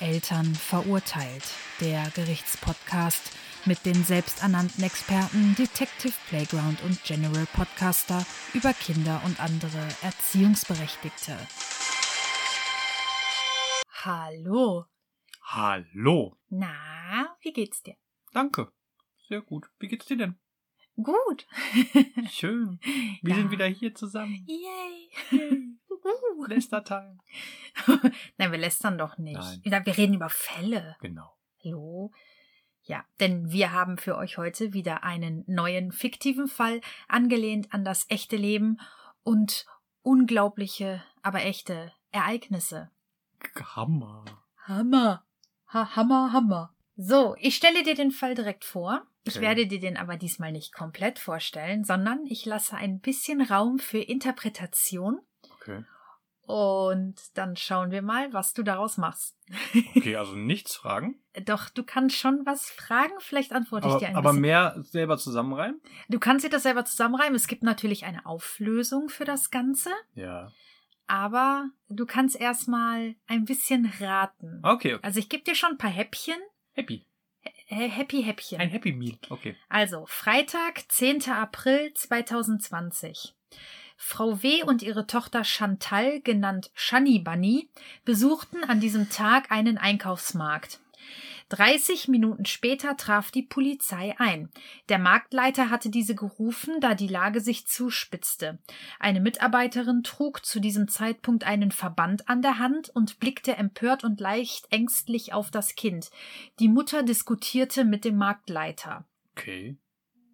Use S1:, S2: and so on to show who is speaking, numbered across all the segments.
S1: Eltern verurteilt. Der Gerichtspodcast mit den selbsternannten Experten Detective Playground und General Podcaster über Kinder und andere Erziehungsberechtigte. Hallo.
S2: Hallo.
S1: Na, wie geht's dir?
S2: Danke. Sehr gut. Wie geht's dir denn?
S1: Gut.
S2: Schön. Wir
S1: Ja.
S2: sind wieder hier zusammen.
S1: Yay.
S2: Letzter Teil.
S1: Nein, wir lästern doch nicht.
S2: Nein.
S1: Wir wir reden über Fälle.
S2: Genau.
S1: Hallo. Ja, denn wir haben für euch heute wieder einen neuen fiktiven Fall, angelehnt an das echte Leben und unglaubliche, aber echte Ereignisse.
S2: Hammer.
S1: Hammer. Ha, hammer, Hammer. So, ich stelle dir den Fall direkt vor. Ich
S2: Okay.
S1: werde dir den aber diesmal nicht komplett vorstellen, sondern ich lasse ein bisschen Raum für Interpretation
S2: Okay.
S1: und dann schauen wir mal, was du daraus machst.
S2: Okay, also nichts fragen.
S1: Doch, du kannst schon was fragen, vielleicht antworte ich dir
S2: Aber,
S1: ein
S2: aber
S1: bisschen.
S2: mehr selber zusammenreimen?
S1: Du kannst dir das selber zusammenreimen. Es gibt natürlich eine Auflösung für das Ganze,
S2: Ja.
S1: aber du kannst erstmal ein bisschen raten.
S2: Okay, okay.
S1: Also ich gebe dir schon ein paar Häppchen.
S2: Happy.
S1: Hä- Happy Häppchen.
S2: Ein Happy Meal. Okay.
S1: Also, Freitag, 10. April 2020. Frau W. und ihre Tochter Chantal, genannt Shani Bunny, besuchten an diesem Tag einen Einkaufsmarkt. 30 Minuten später traf die Polizei ein. Der Marktleiter hatte diese gerufen, da die Lage sich zuspitzte. Eine Mitarbeiterin trug zu diesem Zeitpunkt einen Verband an der Hand und blickte empört und leicht ängstlich auf das Kind. Die Mutter diskutierte mit dem Marktleiter.
S2: Okay.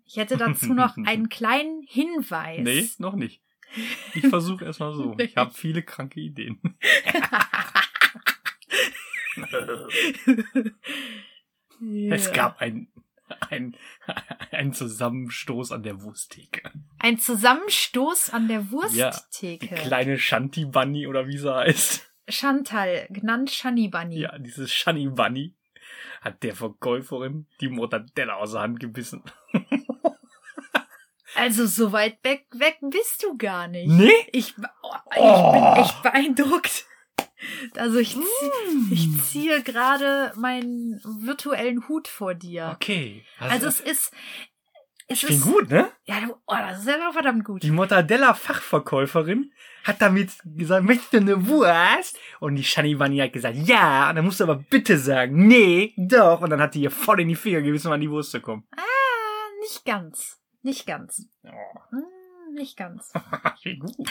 S1: Ich hätte dazu noch einen kleinen Hinweis.
S2: Nee, noch nicht. Ich versuche erstmal so. Ich habe viele kranke Ideen.
S1: Ja.
S2: Es gab ein, ein, einen Zusammenstoß an der Wursttheke.
S1: Ein Zusammenstoß an der
S2: Die
S1: Wursttheke.
S2: kleine Shanti Bunny oder wie sie heißt.
S1: Chantal, genannt Shani Bunny.
S2: Ja, dieses Shani Bunny hat der Verkäuferin die Mortadella aus der Hand gebissen.
S1: Also so weit weg, weg bist du gar nicht.
S2: Nee?
S1: Ich, oh, ich
S2: Oh. Mm.
S1: bin echt beeindruckt. Also ich, zie- ich ziehe gerade meinen virtuellen Hut vor dir.
S2: Okay.
S1: Also es ist... Es
S2: klingt
S1: ist
S2: gut, ne?
S1: Ja, du, oh, das ist ja verdammt gut.
S2: Die Mortadella-Fachverkäuferin hat damit gesagt, möchtest du eine Wurst? Und die Shani Bunny hat gesagt, ja. Und dann musst du aber bitte sagen, nee, doch. Und dann hat die ihr voll in die Finger gebissen, um an die Wurst zu kommen.
S1: Ah, nicht ganz. Nicht ganz.
S2: Oh,
S1: Hm, nicht ganz.
S2: klingt gut.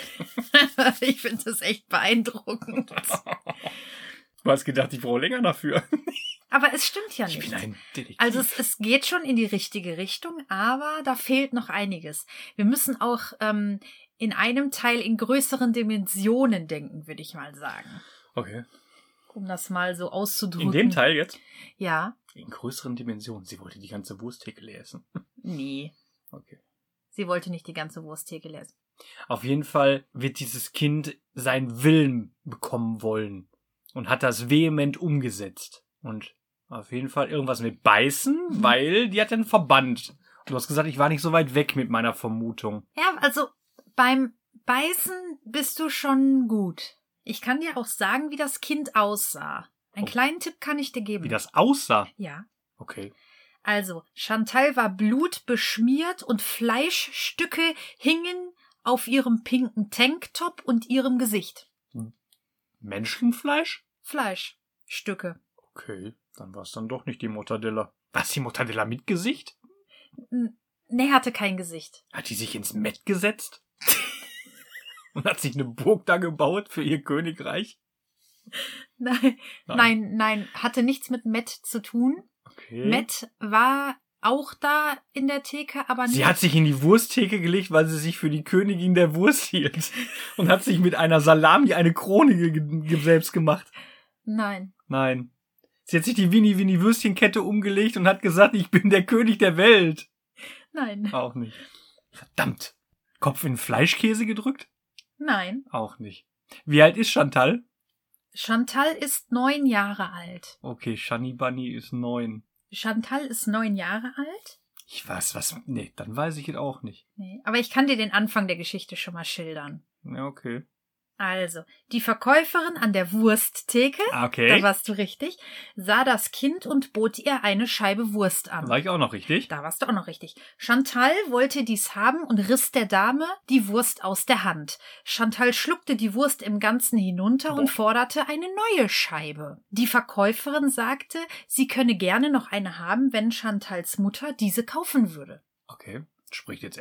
S1: ich finde das echt beeindruckend.
S2: Du hast gedacht, ich brauche länger dafür.
S1: Aber es stimmt ja
S2: Ich
S1: nicht.
S2: bin ein Detektiv.
S1: Also es, es geht schon in die richtige Richtung, aber da fehlt noch einiges. Wir müssen auch ähm, in einem Teil in größeren Dimensionen denken, würde ich mal sagen.
S2: okay.
S1: Um das mal so auszudrücken.
S2: In dem Teil jetzt?
S1: Ja.
S2: In größeren Dimensionen. Sie wollte die ganze Wursttheke leer essen.
S1: Nee.
S2: Okay.
S1: Sie wollte nicht die ganze Wursttheke lesen.
S2: Auf jeden Fall wird dieses Kind seinen Willen bekommen wollen und hat das vehement umgesetzt. Und auf jeden Fall irgendwas mit beißen, weil die hat einen Verband. Du hast gesagt, ich war nicht so weit weg mit meiner Vermutung.
S1: Ja, also beim Beißen bist du schon gut. Ich kann dir auch sagen, wie das Kind aussah. Einen
S2: Oh.
S1: kleinen Tipp kann ich dir geben.
S2: Wie das aussah.
S1: Ja.
S2: Okay.
S1: Also, Chantal war blutbeschmiert und Fleischstücke hingen auf ihrem pinken Tanktop und ihrem Gesicht.
S2: Menschenfleisch?
S1: Fleischstücke.
S2: Okay, dann war es dann doch nicht die Mortadella. Was, die Mortadella mit Gesicht?
S1: N- Nee, hatte kein Gesicht.
S2: Hat die sich ins Met gesetzt? und hat sich eine Burg da gebaut für ihr Königreich?
S1: Nein, nein, nein, hatte nichts mit Matt zu tun.
S2: Okay.
S1: Matt war auch da in der Theke, aber
S2: Sie
S1: nicht.
S2: hat sich in die Wursttheke gelegt, weil sie sich für die Königin der Wurst hielt und hat sich mit einer Salami eine Krone ge ge selbst gemacht.
S1: Nein.
S2: Nein. Sie hat sich die Winnie Winnie Würstchenkette umgelegt und hat gesagt, ich bin der König der Welt.
S1: Nein.
S2: Auch nicht. Verdammt. Kopf in Fleischkäse gedrückt?
S1: Nein.
S2: Auch nicht. Wie alt ist Chantal?
S1: Chantal ist neun Jahre alt.
S2: Okay, Shani Bunny ist neun.
S1: Chantal ist neun Jahre alt.
S2: Ich weiß was. Nee, dann weiß ich es auch nicht.
S1: Nee, aber ich kann dir den Anfang der Geschichte schon mal schildern.
S2: Ja, okay.
S1: Also, die Verkäuferin an der Wursttheke, da
S2: Ah, Okay.
S1: warst du richtig, sah das Kind und bot ihr eine Scheibe Wurst an.
S2: War ich auch noch richtig?
S1: Da warst du auch noch richtig. Chantal wollte dies haben und riss der Dame die Wurst aus der Hand. Chantal schluckte die Wurst im Ganzen hinunter und
S2: Boah.
S1: forderte eine neue Scheibe. Die Verkäuferin sagte, sie könne gerne noch eine haben, wenn Chantals Mutter diese kaufen würde.
S2: Okay. Spricht jetzt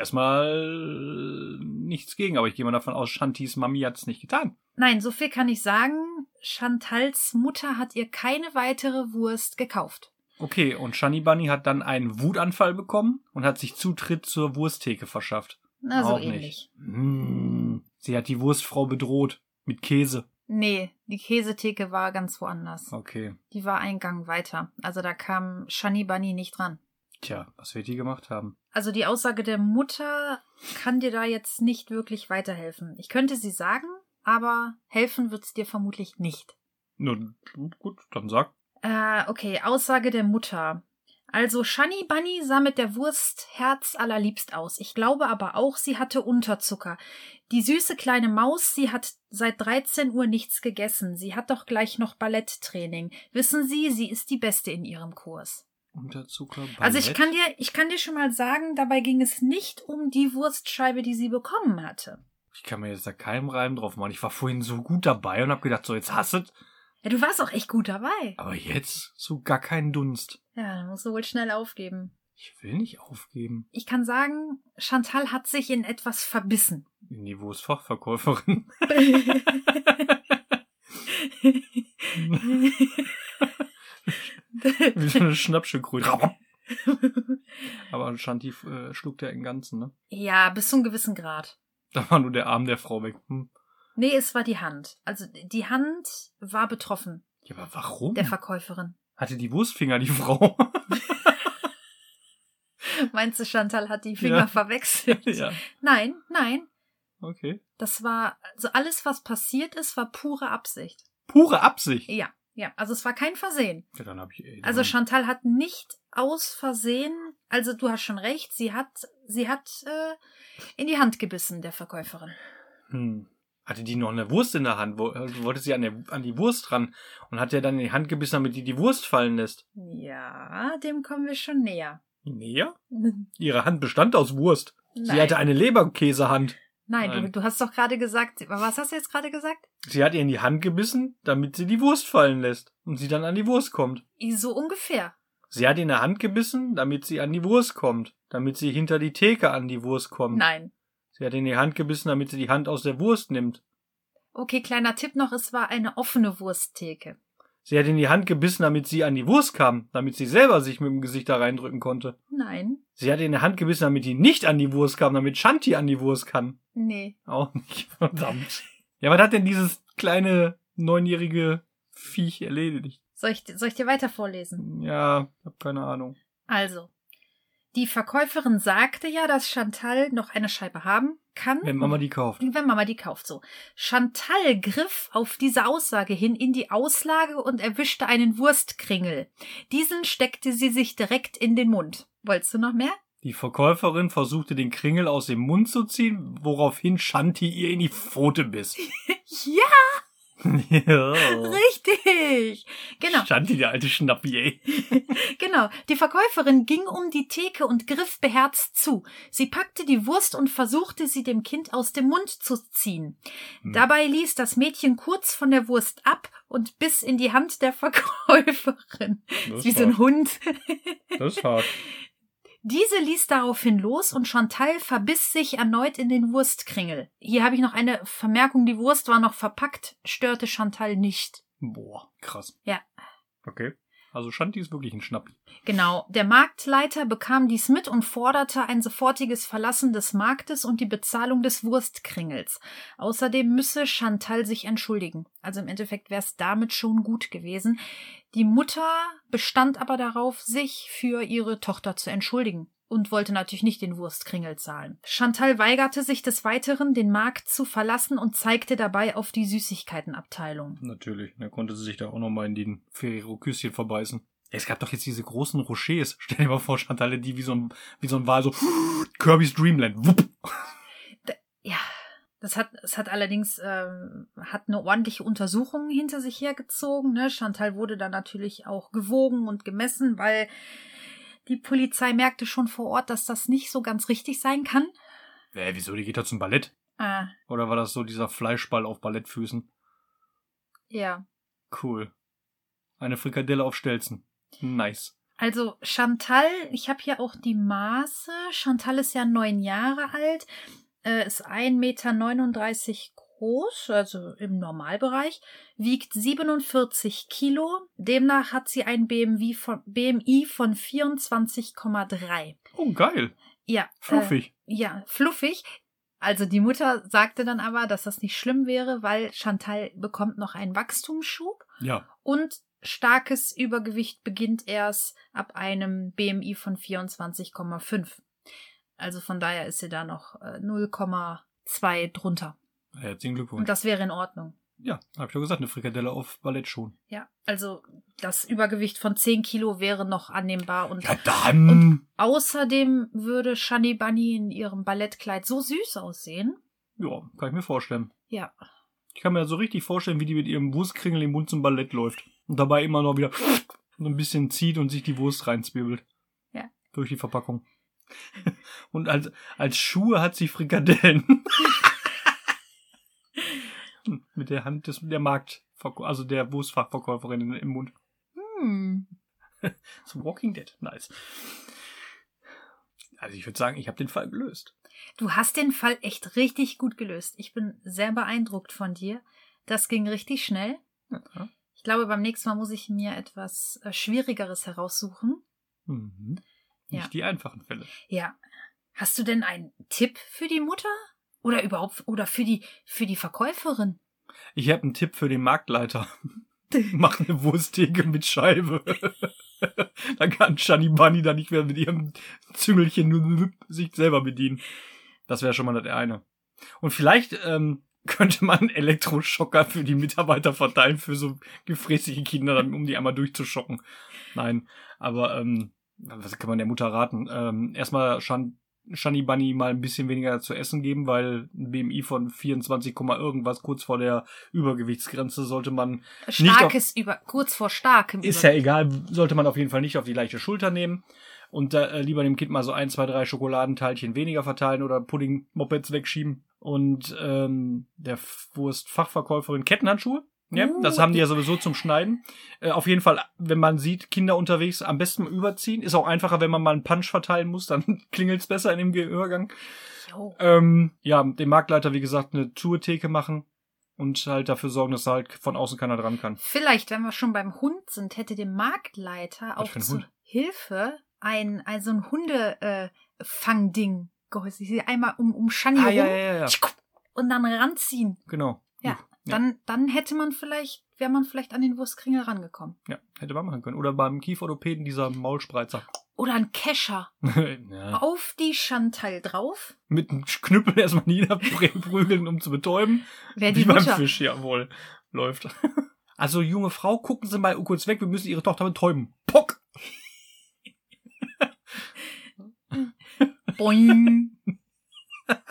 S2: erstmal nichts gegen, aber ich gehe mal davon aus, Shantis Mami hat es nicht getan.
S1: Nein, so viel kann ich sagen. Chantals Mutter hat ihr keine weitere Wurst gekauft.
S2: Okay, und Shani Bunny hat dann einen Wutanfall bekommen und hat sich Zutritt zur Wursttheke verschafft.
S1: Na, so
S2: Auch
S1: ähnlich.
S2: nicht. Mm. Sie hat die Wurstfrau bedroht. Mit Käse.
S1: Nee, die Käsetheke war ganz woanders.
S2: Okay.
S1: Die war einen Gang weiter. Also da kam Shani Bunny nicht dran.
S2: Tja, was wird die gemacht haben?
S1: Also die Aussage der Mutter kann dir da jetzt nicht wirklich weiterhelfen. Ich könnte sie sagen, aber helfen wird's dir vermutlich nicht.
S2: Nun, gut, dann sag.
S1: Äh, okay, Aussage der Mutter. Also Shani Bunny sah mit der Wurst Herz allerliebst aus. Ich glaube aber auch, sie hatte Unterzucker. Die süße kleine Maus, sie hat seit 13 Uhr nichts gegessen. Sie hat doch gleich noch Balletttraining. Wissen Sie, sie ist die Beste in ihrem Kurs.
S2: Unterzucker, Ballett.
S1: Also ich kann dir, ich kann dir schon mal sagen, dabei ging es nicht um die Wurstscheibe, die sie bekommen hatte.
S2: Ich kann mir jetzt da keinen Reim drauf machen. Ich war vorhin so gut dabei und hab gedacht, so jetzt hasset.
S1: Ja, du warst auch echt gut dabei.
S2: Aber jetzt so gar keinen Dunst.
S1: Ja, dann musst du wohl schnell aufgeben.
S2: Ich will nicht aufgeben.
S1: Ich kann sagen, Chantal hat sich in etwas verbissen.
S2: In die Wurstfachverkäuferin. Wie so eine Schnappschildkröte. Aber Shanti äh, schlug der im Ganzen, ne?
S1: ja, bis zu einem gewissen Grad.
S2: Da war nur der Arm der Frau weg. Hm.
S1: Nee, es war die Hand. Also die Hand war betroffen,
S2: Ja, aber warum?
S1: der Verkäuferin.
S2: Hatte die Wurstfinger, die Frau.
S1: Meinst du, Chantal hat die Finger
S2: Ja.
S1: verwechselt?
S2: ja,
S1: Nein, nein.
S2: okay.
S1: Das war, also alles, was passiert ist, war pure Absicht.
S2: Pure Absicht.
S1: Ja, ja. Also es war kein Versehen.
S2: Ja, dann hab ich, ey, dann
S1: Also Chantal hat nicht aus Versehen, also du hast schon recht, sie hat, sie hat äh, in die Hand gebissen, der Verkäuferin.
S2: Hm. Hatte die noch eine Wurst in der Hand? Wo- äh, Wollte sie an, der, an die Wurst ran und hat ja dann in die Hand gebissen, damit die die Wurst fallen lässt.
S1: Ja, dem kommen wir schon näher.
S2: Nee,
S1: Nein,
S2: ihre Hand bestand aus Wurst. Sie hatte eine Leberkäsehand.
S1: Nein, Du,
S2: Nein.
S1: du hast doch gerade gesagt, was hast du jetzt gerade gesagt?
S2: Sie hat ihr in die Hand gebissen, damit sie die Wurst fallen lässt und sie dann an die Wurst kommt.
S1: So ungefähr.
S2: Sie hat in der Hand gebissen, damit sie an die Wurst kommt, damit sie hinter die Theke an die Wurst kommt.
S1: Nein.
S2: Sie hat in die Hand gebissen, damit sie die Hand aus der Wurst nimmt.
S1: Okay, kleiner Tipp noch, es war eine offene Wursttheke.
S2: Sie hat in die Hand gebissen, damit sie an die Wurst kam, damit sie selber sich mit dem Gesicht da reindrücken konnte.
S1: Nein.
S2: Sie hat in der Hand gebissen, damit die nicht an die Wurst kam, damit Shanti an die Wurst kann.
S1: Nee.
S2: Auch nicht, verdammt. Ja, was hat denn dieses kleine neunjährige Viech erledigt?
S1: Soll ich, soll ich dir weiter vorlesen?
S2: Ja, ich hab keine Ahnung.
S1: Also, die Verkäuferin sagte ja, dass Chantal noch eine Scheibe haben kann.
S2: Wenn Mama die kauft.
S1: Wenn Mama die kauft, so. Chantal griff auf diese Aussage hin in die Auslage und erwischte einen Wurstkringel. Diesen steckte sie sich direkt in den Mund. Wolltest du noch mehr?
S2: Die Verkäuferin versuchte den Kringel aus dem Mund zu ziehen, woraufhin Shanti ihr in die Pfote biss.
S1: Ja,
S2: ja.
S1: richtig. Genau.
S2: Shanti, der alte Schnappi, ey.
S1: Genau, die Verkäuferin ging um die Theke und griff beherzt zu. Sie packte die Wurst und versuchte, sie dem Kind aus dem Mund zu ziehen.
S2: Hm.
S1: Dabei ließ das Mädchen kurz von der Wurst ab und biss in die Hand der Verkäuferin.
S2: Das
S1: Wie so ein Hund.
S2: Das ist hart.
S1: Diese ließ daraufhin los und Chantal verbiss sich erneut in den Wurstkringel. Hier habe ich noch eine Vermerkung, die Wurst war noch verpackt, störte Chantal nicht.
S2: Boah, krass.
S1: Ja.
S2: Okay. Also Shanti ist wirklich ein Schnappi.
S1: Genau. Der Marktleiter bekam dies mit und forderte ein sofortiges Verlassen des Marktes und die Bezahlung des Wurstkringels. Außerdem müsse Chantal sich entschuldigen. Also im Endeffekt wäre es damit schon gut gewesen. Die Mutter bestand aber darauf, sich für ihre Tochter zu entschuldigen und wollte natürlich nicht den Wurstkringel zahlen. Chantal weigerte sich des Weiteren, den Markt zu verlassen und zeigte dabei auf die Süßigkeitenabteilung.
S2: Natürlich, da konnte sie sich da auch nochmal in den Ferrero-Küsschen verbeißen. Es gab doch jetzt diese großen Rochers. Stell dir mal vor, Chantal, die wie so ein, wie so ein Wal so Kirby's Dreamland. Wupp.
S1: Ja, Das hat, es hat allerdings ähm, hat eine ordentliche Untersuchung hinter sich hergezogen. Ne? Chantal wurde dann natürlich auch gewogen und gemessen, weil die Polizei merkte schon vor Ort, dass das nicht so ganz richtig sein kann.
S2: Äh, wieso, die geht doch zum Ballett?
S1: Ah,
S2: Oder war das so dieser Fleischball auf Ballettfüßen?
S1: ja.
S2: Cool. Eine Frikadelle auf Stelzen. Nice.
S1: Also Chantal, ich habe hier auch die Maße. Chantal ist ja neun Jahre alt, äh, ist 1,39 Meter groß, also im Normalbereich, wiegt 47 Kilo. Demnach hat sie ein BMI von, BMI von 24,3.
S2: Oh, geil.
S1: Ja, äh,
S2: Fluffig.
S1: ja, fluffig. Also die Mutter sagte dann aber, dass das nicht schlimm wäre, weil Chantal bekommt noch einen Wachstumsschub
S2: Ja.
S1: und starkes Übergewicht beginnt erst ab einem BMI von 24,5. Also von daher ist sie da noch äh, 0,2 drunter.
S2: Herzlichen
S1: Und
S2: Glückwunsch.
S1: das wäre in Ordnung.
S2: Ja, hab ich doch gesagt, eine Frikadelle auf Ballettschuhen.
S1: Ja, also das Übergewicht von 10 Kilo wäre noch annehmbar und
S2: dann.
S1: außerdem würde Shani Bunny in ihrem Ballettkleid so süß aussehen.
S2: ja, kann ich mir vorstellen.
S1: Ja,
S2: Ich kann mir so richtig vorstellen, wie die mit ihrem Wurstkringel im Mund zum Ballett läuft. Und dabei immer noch wieder so ein bisschen zieht und sich die Wurst reinzwirbelt.
S1: Ja.
S2: Durch die Verpackung. Und als, als Schuhe hat sie Frikadellen. mit der Hand des, der Markt, also der Wurstfachverkäuferin im Mund. Hm. so Walking Dead, nice. Also ich würde sagen, ich habe den Fall gelöst.
S1: Du hast den Fall echt richtig gut gelöst. Ich bin sehr beeindruckt von dir. Das ging richtig schnell.
S2: Ja.
S1: Ich glaube, beim nächsten Mal muss ich mir etwas äh, Schwierigeres heraussuchen.
S2: Mhm. Nicht
S1: Ja.
S2: die einfachen Fälle.
S1: Ja. Hast du denn einen Tipp für die Mutter? Oder überhaupt, oder für die, für die Verkäuferin?
S2: Ich habe einen Tipp für den Marktleiter. Mach eine Wursttheke mit Scheibe. dann kann Shani Bunny da nicht mehr mit ihrem Züngelchen sich selber bedienen. Das wäre schon mal das eine. Und vielleicht ähm, könnte man einen Elektroschocker für die Mitarbeiter verteilen, für so gefräßige Kinder, dann, um die einmal durchzuschocken. Nein, aber ähm, was kann man der Mutter raten? Ähm, erstmal Shan Shani Bunny mal ein bisschen weniger zu essen geben, weil ein BMI von 24, Komma irgendwas kurz vor der Übergewichtsgrenze sollte man auf-
S1: Starkes über, kurz vor starkem
S2: ist halt- ja
S1: über
S2: egal, sollte man auf jeden Fall nicht auf die leichte Schulter nehmen und da, äh, lieber dem Kind mal so ein, zwei, drei Schokoladenteilchen weniger verteilen oder Pudding-Mopeds wegschieben. Und ähm, der F- Wurstfachverkäuferin Kettenhandschuhe. Ja,
S1: Uh,
S2: das haben die ja sowieso zum Schneiden. Äh, auf jeden Fall, wenn man sieht, Kinder unterwegs, am besten überziehen. Ist auch einfacher, wenn man mal einen Punch verteilen muss, dann klingelt's besser in dem Gehörgang.
S1: Jo.
S2: Ähm, ja, dem Marktleiter, wie gesagt, eine Tourtheke machen und halt dafür sorgen, dass halt von außen keiner dran kann.
S1: Vielleicht, wenn wir schon beim Hund sind, hätte dem Marktleiter auch
S2: Was für ein
S1: zu
S2: Hund?
S1: Hilfe ein, also ein Hunde-Fangding geholfen. Sie einmal um, um Shani
S2: Ah,
S1: rum
S2: ja, ja, ja, ja.
S1: und dann ranziehen.
S2: Genau.
S1: Ja,
S2: Ja.
S1: Dann, dann hätte man vielleicht, wäre man vielleicht an den Wurstkringel rangekommen.
S2: Ja, hätte man machen können. Oder beim Kieferorthopäden dieser Maulspreizer.
S1: Oder ein Kescher.
S2: ja.
S1: Auf die Chantal drauf.
S2: Mit einem Knüppel erstmal niederprügeln, um zu betäuben.
S1: Wäre
S2: Wie
S1: die
S2: beim
S1: Mutter.
S2: Fisch, jawohl. Läuft. Also, junge Frau, gucken Sie mal oh, kurz weg, wir müssen Ihre Tochter betäuben. Pock!
S1: Boing.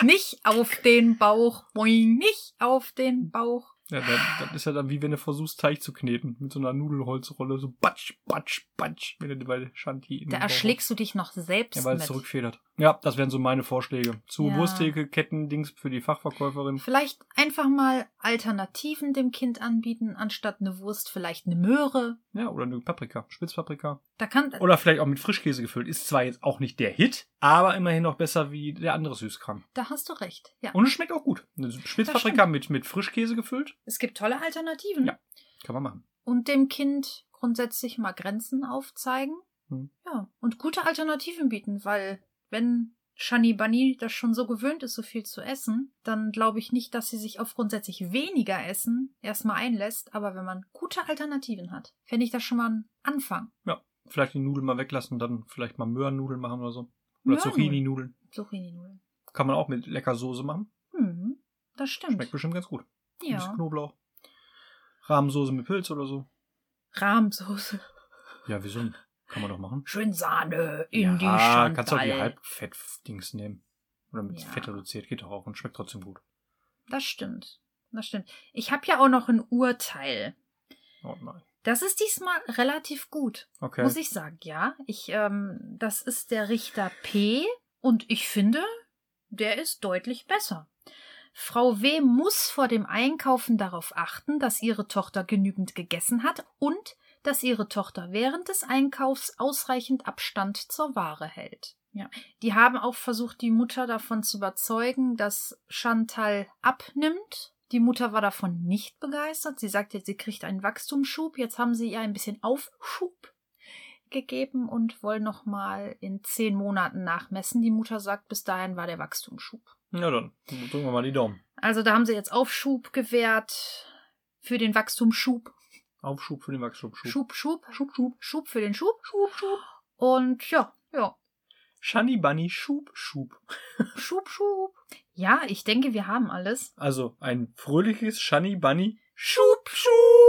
S1: Nicht auf den Bauch. Boing. Nicht auf
S2: Hm.
S1: den Bauch.
S2: Ja, das, das ist ja dann wie wenn du versuchst, Teig zu kneten. Mit so einer Nudelholzrolle. So batsch, batsch, batsch. Wenn du bei Shanti in
S1: Da
S2: den Bauch-
S1: erschlägst du dich noch selbst
S2: Ja, weil es
S1: mit.
S2: zurückfedert. Ja, das wären so meine Vorschläge. Zu
S1: Ja.
S2: Wursttheke, Kettendings für die Fachverkäuferin.
S1: Vielleicht einfach mal Alternativen dem Kind anbieten, anstatt eine Wurst, vielleicht eine Möhre.
S2: Ja, oder eine Paprika. Spitzpaprika.
S1: Da kann,
S2: Oder vielleicht auch mit Frischkäse gefüllt. Ist zwar jetzt auch nicht der Hit, aber immerhin noch besser wie der andere Süßkram.
S1: da hast du recht. Ja.
S2: Und es schmeckt auch gut. Eine Spitzpaprika mit, mit Frischkäse gefüllt,
S1: Es gibt tolle Alternativen.
S2: Ja. kann man machen.
S1: und dem Kind grundsätzlich mal Grenzen aufzeigen.
S2: Hm.
S1: Ja, und gute Alternativen bieten, weil wenn Shani Bunny das schon so gewöhnt ist, so viel zu essen, dann glaube ich nicht, dass sie sich auf grundsätzlich weniger Essen erstmal einlässt, aber wenn man gute Alternativen hat, fände ich das schon mal ein Anfang.
S2: Vielleicht die Nudeln mal weglassen, dann vielleicht mal Möhrennudeln machen oder so. Oder
S1: Möhrennudeln.
S2: Zucchini-Nudeln.
S1: Zucchini-Nudeln.
S2: Kann man auch mit lecker Soße machen.
S1: Hm, das stimmt.
S2: Schmeckt bestimmt ganz gut. Ein bisschen
S1: ja.
S2: Knoblauch. Rahmsoße mit Pilz oder so.
S1: Rahmsoße.
S2: Ja, wieso? denn? Kann man doch machen.
S1: Schön Sahne in die
S2: ja,
S1: Chantal.
S2: kannst auch die Halbfett-Dings nehmen. Oder mit
S1: Ja.
S2: Fett reduziert, geht doch auch und schmeckt trotzdem gut.
S1: Das stimmt. Das stimmt. Ich habe ja auch noch ein Urteil.
S2: Oh nein.
S1: Das ist diesmal relativ gut,
S2: Okay.
S1: muss ich sagen. Ja, ich, ähm, das ist der Richter P. Und ich finde, der ist deutlich besser. Frau W. muss vor dem Einkaufen darauf achten, dass ihre Tochter genügend gegessen hat und dass ihre Tochter während des Einkaufs ausreichend Abstand zur Ware hält. Ja. Die haben auch versucht, die Mutter davon zu überzeugen, dass Chantal abnimmt. Die Mutter war davon nicht begeistert. Sie sagt jetzt, sie kriegt einen Wachstumsschub. Jetzt haben sie ihr ein bisschen Aufschub gegeben und wollen nochmal in zehn Monaten nachmessen. Die Mutter sagt, bis dahin war der Wachstumsschub.
S2: Ja, dann drücken wir mal die Daumen.
S1: Also da haben sie jetzt Aufschub gewährt für den Wachstumsschub.
S2: Aufschub für den Wachstumsschub.
S1: Schub, Schub, Schub, Schub, Schub für den Schub. Schub, Schub. Und ja, ja,
S2: Shani Bunny Schub Schub.
S1: Schub, Schub. Ja, ich denke, wir haben alles.
S2: Also ein fröhliches Shani Bunny
S1: Schub, Schub.